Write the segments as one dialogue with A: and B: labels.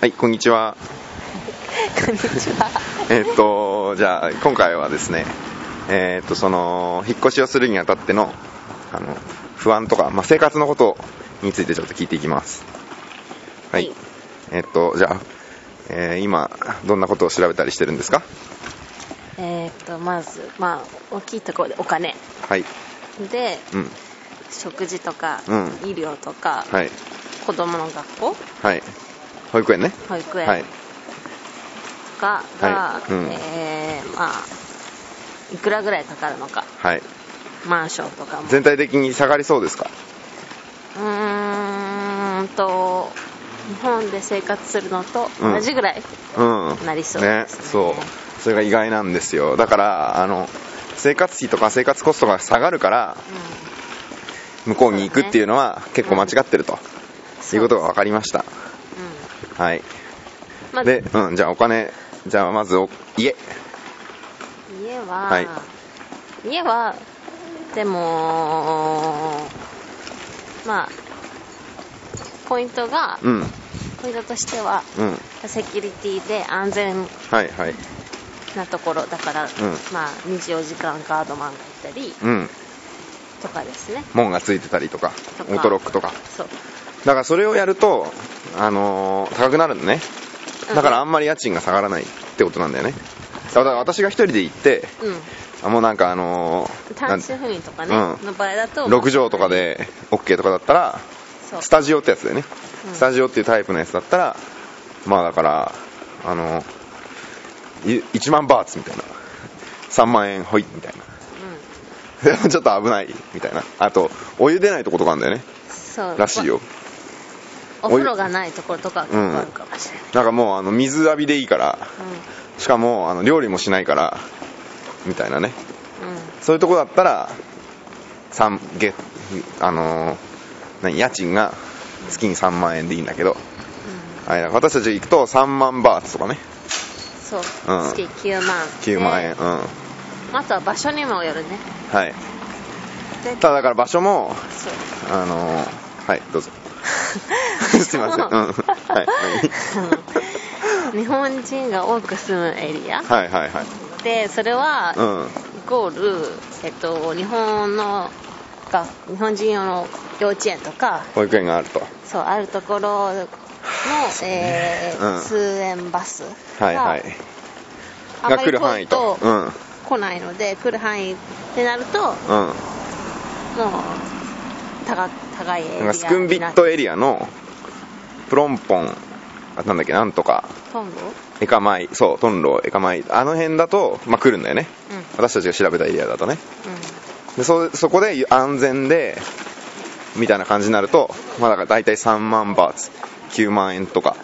A: はい、こんにちは。
B: こんにちは。
A: えーっと、じゃあ、今回はですね、えーっと、その、引っ越しをするにあたっての、あの、不安とか、まあ、生活のことについてちょっと聞いていきます。はい。
B: はい
A: えーっと、じゃあ、えー今、どんなことを調べたりしてるんですか
B: えーっとまずまあ大きいところでお金
A: はい。
B: で
A: うん。
B: 食事とか、
A: うん
B: 医療とか、
A: はい。
B: 子供の学校
A: はい。保育園ね。
B: 保育
A: はい
B: 園。とかが、
A: はいうん
B: えーまあいくらぐらいかかるのか
A: はい。
B: マンションとかも
A: 全体的に下がりそうですか
B: うーんと日本で生活するのと同じぐらい、
A: うん。
B: なりそうですね
A: そう。それが意外なんですよ。だから、あの、生活費とか生活コストが下がるから、
B: うん
A: 向こうに行くっていうのは結構間違ってるということが分かりました
B: う
A: はい
B: んまず
A: で、うん、じゃあお金じゃあまずお家
B: 家は、
A: はい
B: 家はでもまあポイントが、
A: うんうん
B: ポイントとしてはセキュリティで安全
A: はいはい
B: なところだから、まあ24時間ガードマンがいたり
A: うん
B: とかですね
A: 門がついてたりとか
B: とか
A: オートロックとか
B: そう
A: だからそれをやるとあのー高くなるのねだからあんまり家賃が下がらないってことなんだよねだから私が一人で行って
B: うん
A: あもうなんかあのーな
B: 単
A: ん
B: 身赴任とかね、
A: うん
B: の場合だと
A: 6畳とかで OK とかだったら
B: そう
A: スタジオってやつだよね、
B: うん
A: スタジオっていうタイプのやつだったらまあだからあのい1万バーツみたいな3万円ほいみたいな
B: う
A: でも ちょっと危ないみたいなあとお湯出ないとことかあるんだよね
B: んそう
A: らしいよ
B: お風呂がないところとかは結構あるかもしれない、
A: なんかもうあの水浴びでいいから
B: う
A: しかもあの料理もしないからみたいなね
B: んうん
A: そういうとこだったら三げあの何家賃が月に3万円でいいんだけど、あれだ私たち行くと3万バーツとかね
B: そう、
A: うん
B: 月9万
A: 9万円、
B: で
A: うん
B: あとは場所にもよるね
A: はい
B: で
A: ただだから場所も
B: そう
A: あのーはいどうぞすいません、うんはい何
B: 日本人が多く住むエリア、
A: はいはいはい
B: でそれは、
A: うん
B: イコール、えっと、日本のが日本人用の幼稚園とか
A: 保育園があると
B: そうあるところの、えー
A: うん
B: 通園バスが,、
A: はいはい
B: あんま
A: が来
B: り
A: る
B: 遠
A: 範囲
B: い
A: と
B: と
A: うんうん
B: 来ないので来る範囲ってなるともう高高いエ
A: なん
B: リア
A: かスクンビットエリアのプロンポンあなんだっけなんとか
B: 本部
A: エカマイそうトンロエカマイあの辺だと、まあ、来るんだよね
B: うん
A: 私たちが調べたエリアだとね
B: うん
A: でそそこで安全でみたいな感じになると、まあ、だから大体3万バーツ9万円とか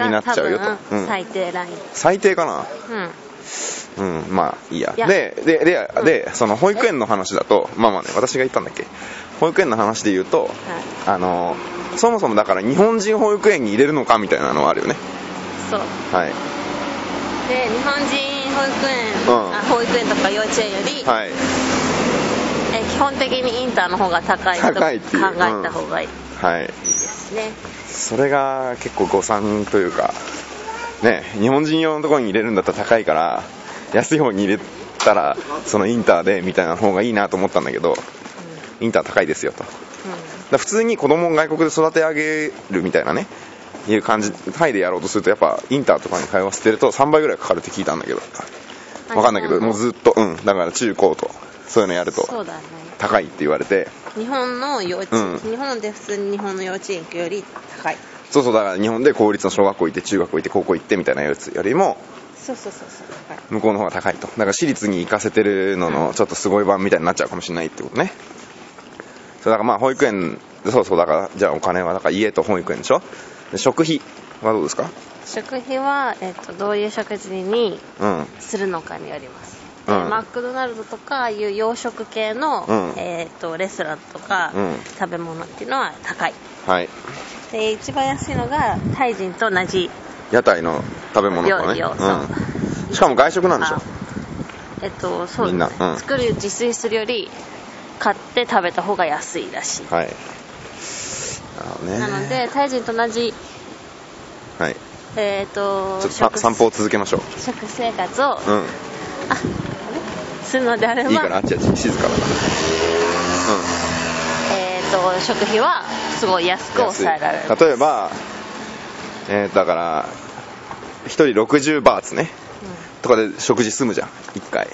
A: になっちゃうよ
B: 多
A: と、う
B: 分
A: ん
B: 最低ライン、
A: 最低かな
B: う
A: う
B: ん、
A: んまあいいや
B: いや
A: ででで,、
B: うん
A: でその保育園の話だとまあまあね私が言ったんだっけ保育園の話で言うとあのそもそもだから日本人保育園に入れるのかみたいなのはあるよね
B: そう
A: はい
B: で日本人保育園、
A: うん
B: あ保育園とか幼稚園より、
A: はい
B: え基本的にインターの方が高いと考
A: 高い
B: え
A: っていう
B: た方がいい
A: はい
B: ですね、
A: それが結構誤算というかね日本人用のところに入れるんだったら高いから安い方に入れたらそのインターでみたいな方がいいなと思ったんだけどインター高いですよとだか
B: うん
A: ら普通に子供を外国で育て上げるみたいなねいう感じタイでやろうとするとやっぱインターとかに通わせてると3倍ぐらいかかるって聞いたんだけど
B: あ
A: わかんないけど
B: 日本
A: もうずっとうんだから中高とそういうのやる
B: そ
A: と
B: うだね
A: 高いって言われて
B: 日本の幼稚園、
A: うん
B: 日本で普通に日本の幼稚園行くより高い
A: そうそうだから日本で公立の小学校行って中学校行って高校行ってみたいなやつよりも
B: そうそうそうそう高い
A: 向こうの方が高いとだから私立に行かせてるののちょっとすごい版みたいになっちゃうかもしれないってことねそうだからまあ保育園そうそうだからじゃあお金はだから家と保育園でしょで食費はどうですか
B: 食費は、えっとどういう食事に
A: うん
B: するのかによります、
A: うん
B: でマクドナルドとかああいう洋食系の、
A: うん
B: えー、とレストランとか、
A: うん
B: 食べ物っていうのは高い
A: はい
B: で一番安いのがタイ人と同じ
A: 屋台の食べ物とかね
B: 料理をそう
A: うん、しかも外食なんでしょ
B: あえっ、とそう
A: みん
B: ですね
A: なうん
B: 作る自炊するより買って食べた方が安いらしい、
A: はいなるほどね
B: なのでタイ人と同じ、
A: はい
B: えっ、と
A: ちょっとさ散歩を続けましょう
B: 食生活を
A: うん
B: するのであれば
A: いいからあっちあっち静かだな
B: えっ、と食費はすごい安く
A: うん安い
B: 抑えられる
A: 例えばえーだから1人60バーツねとかで食事済むじゃん1回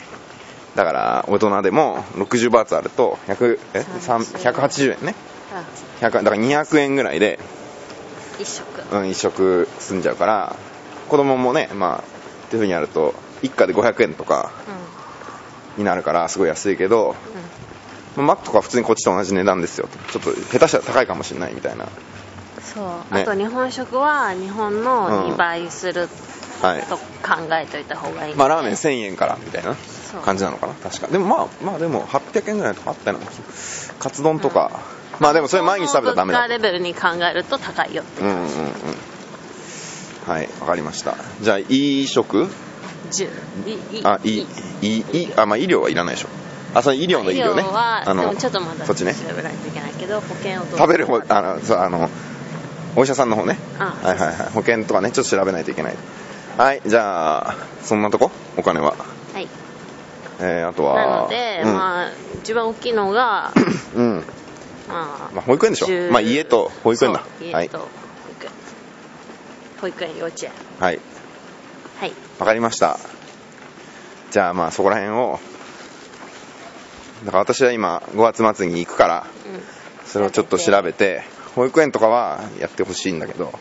A: だから大人でも60バーツあると100え
B: 30
A: 180円ね
B: うんうん
A: 100だから200円ぐらいで、
B: 一食
A: うん、1食済んじゃうから子供もねまあっていう風にやると1家で500円とか
B: う
A: になるからすごい安いけど
B: んうん
A: まあマックとか普通にこっちと同じ値段ですよちょっと下手したら高いかもしれないみたいな
B: そう、
A: ね
B: あと日本食は日本の2倍する
A: はい
B: と考えといた方がいい、
A: まあラーメン1000円からみたいな
B: そう
A: 感じなのかな確かでもまあまあでも800円ぐらいとかあったようなカツ丼とか、まあでもそれ毎日食べたらダメだ
B: 日本の物価レベルに考えると高いよって
A: うんうんうんはいわかりましたじゃあ飲食
B: 10い
A: あいいいいいいあまあ医療はいらないでしょあその医療の医療ね
B: 医療は
A: あ
B: で
A: の
B: もちょっとまだ
A: そ
B: 調
A: っ
B: べ
A: ち
B: な
A: ね
B: いといけないけど保険をどう
A: 食べる方あのそうあのお医者さんの方ね
B: あ
A: はいはいはい保険とかねちょっと調べないといけないはいじゃあそんなとこお金は
B: はい
A: えー、あとは
B: なので、
A: うん、
B: まあ一番大きいのが
A: うん
B: ま
A: まあ、保育園でし
B: 10
A: ょ、まあ、家と保育園だ
B: そう
A: は
B: 家
A: い
B: と、保育園保育園幼稚園
A: はい
B: はい
A: わかりましたじゃあまあそこら辺をだから私は今5月末に行くからそれをちょっと調べて保育園とかはやってほしいんだけど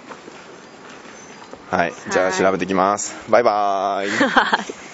A: はいじゃ
B: は
A: あ
B: い
A: 調べてきますバイバーイ
B: うんはい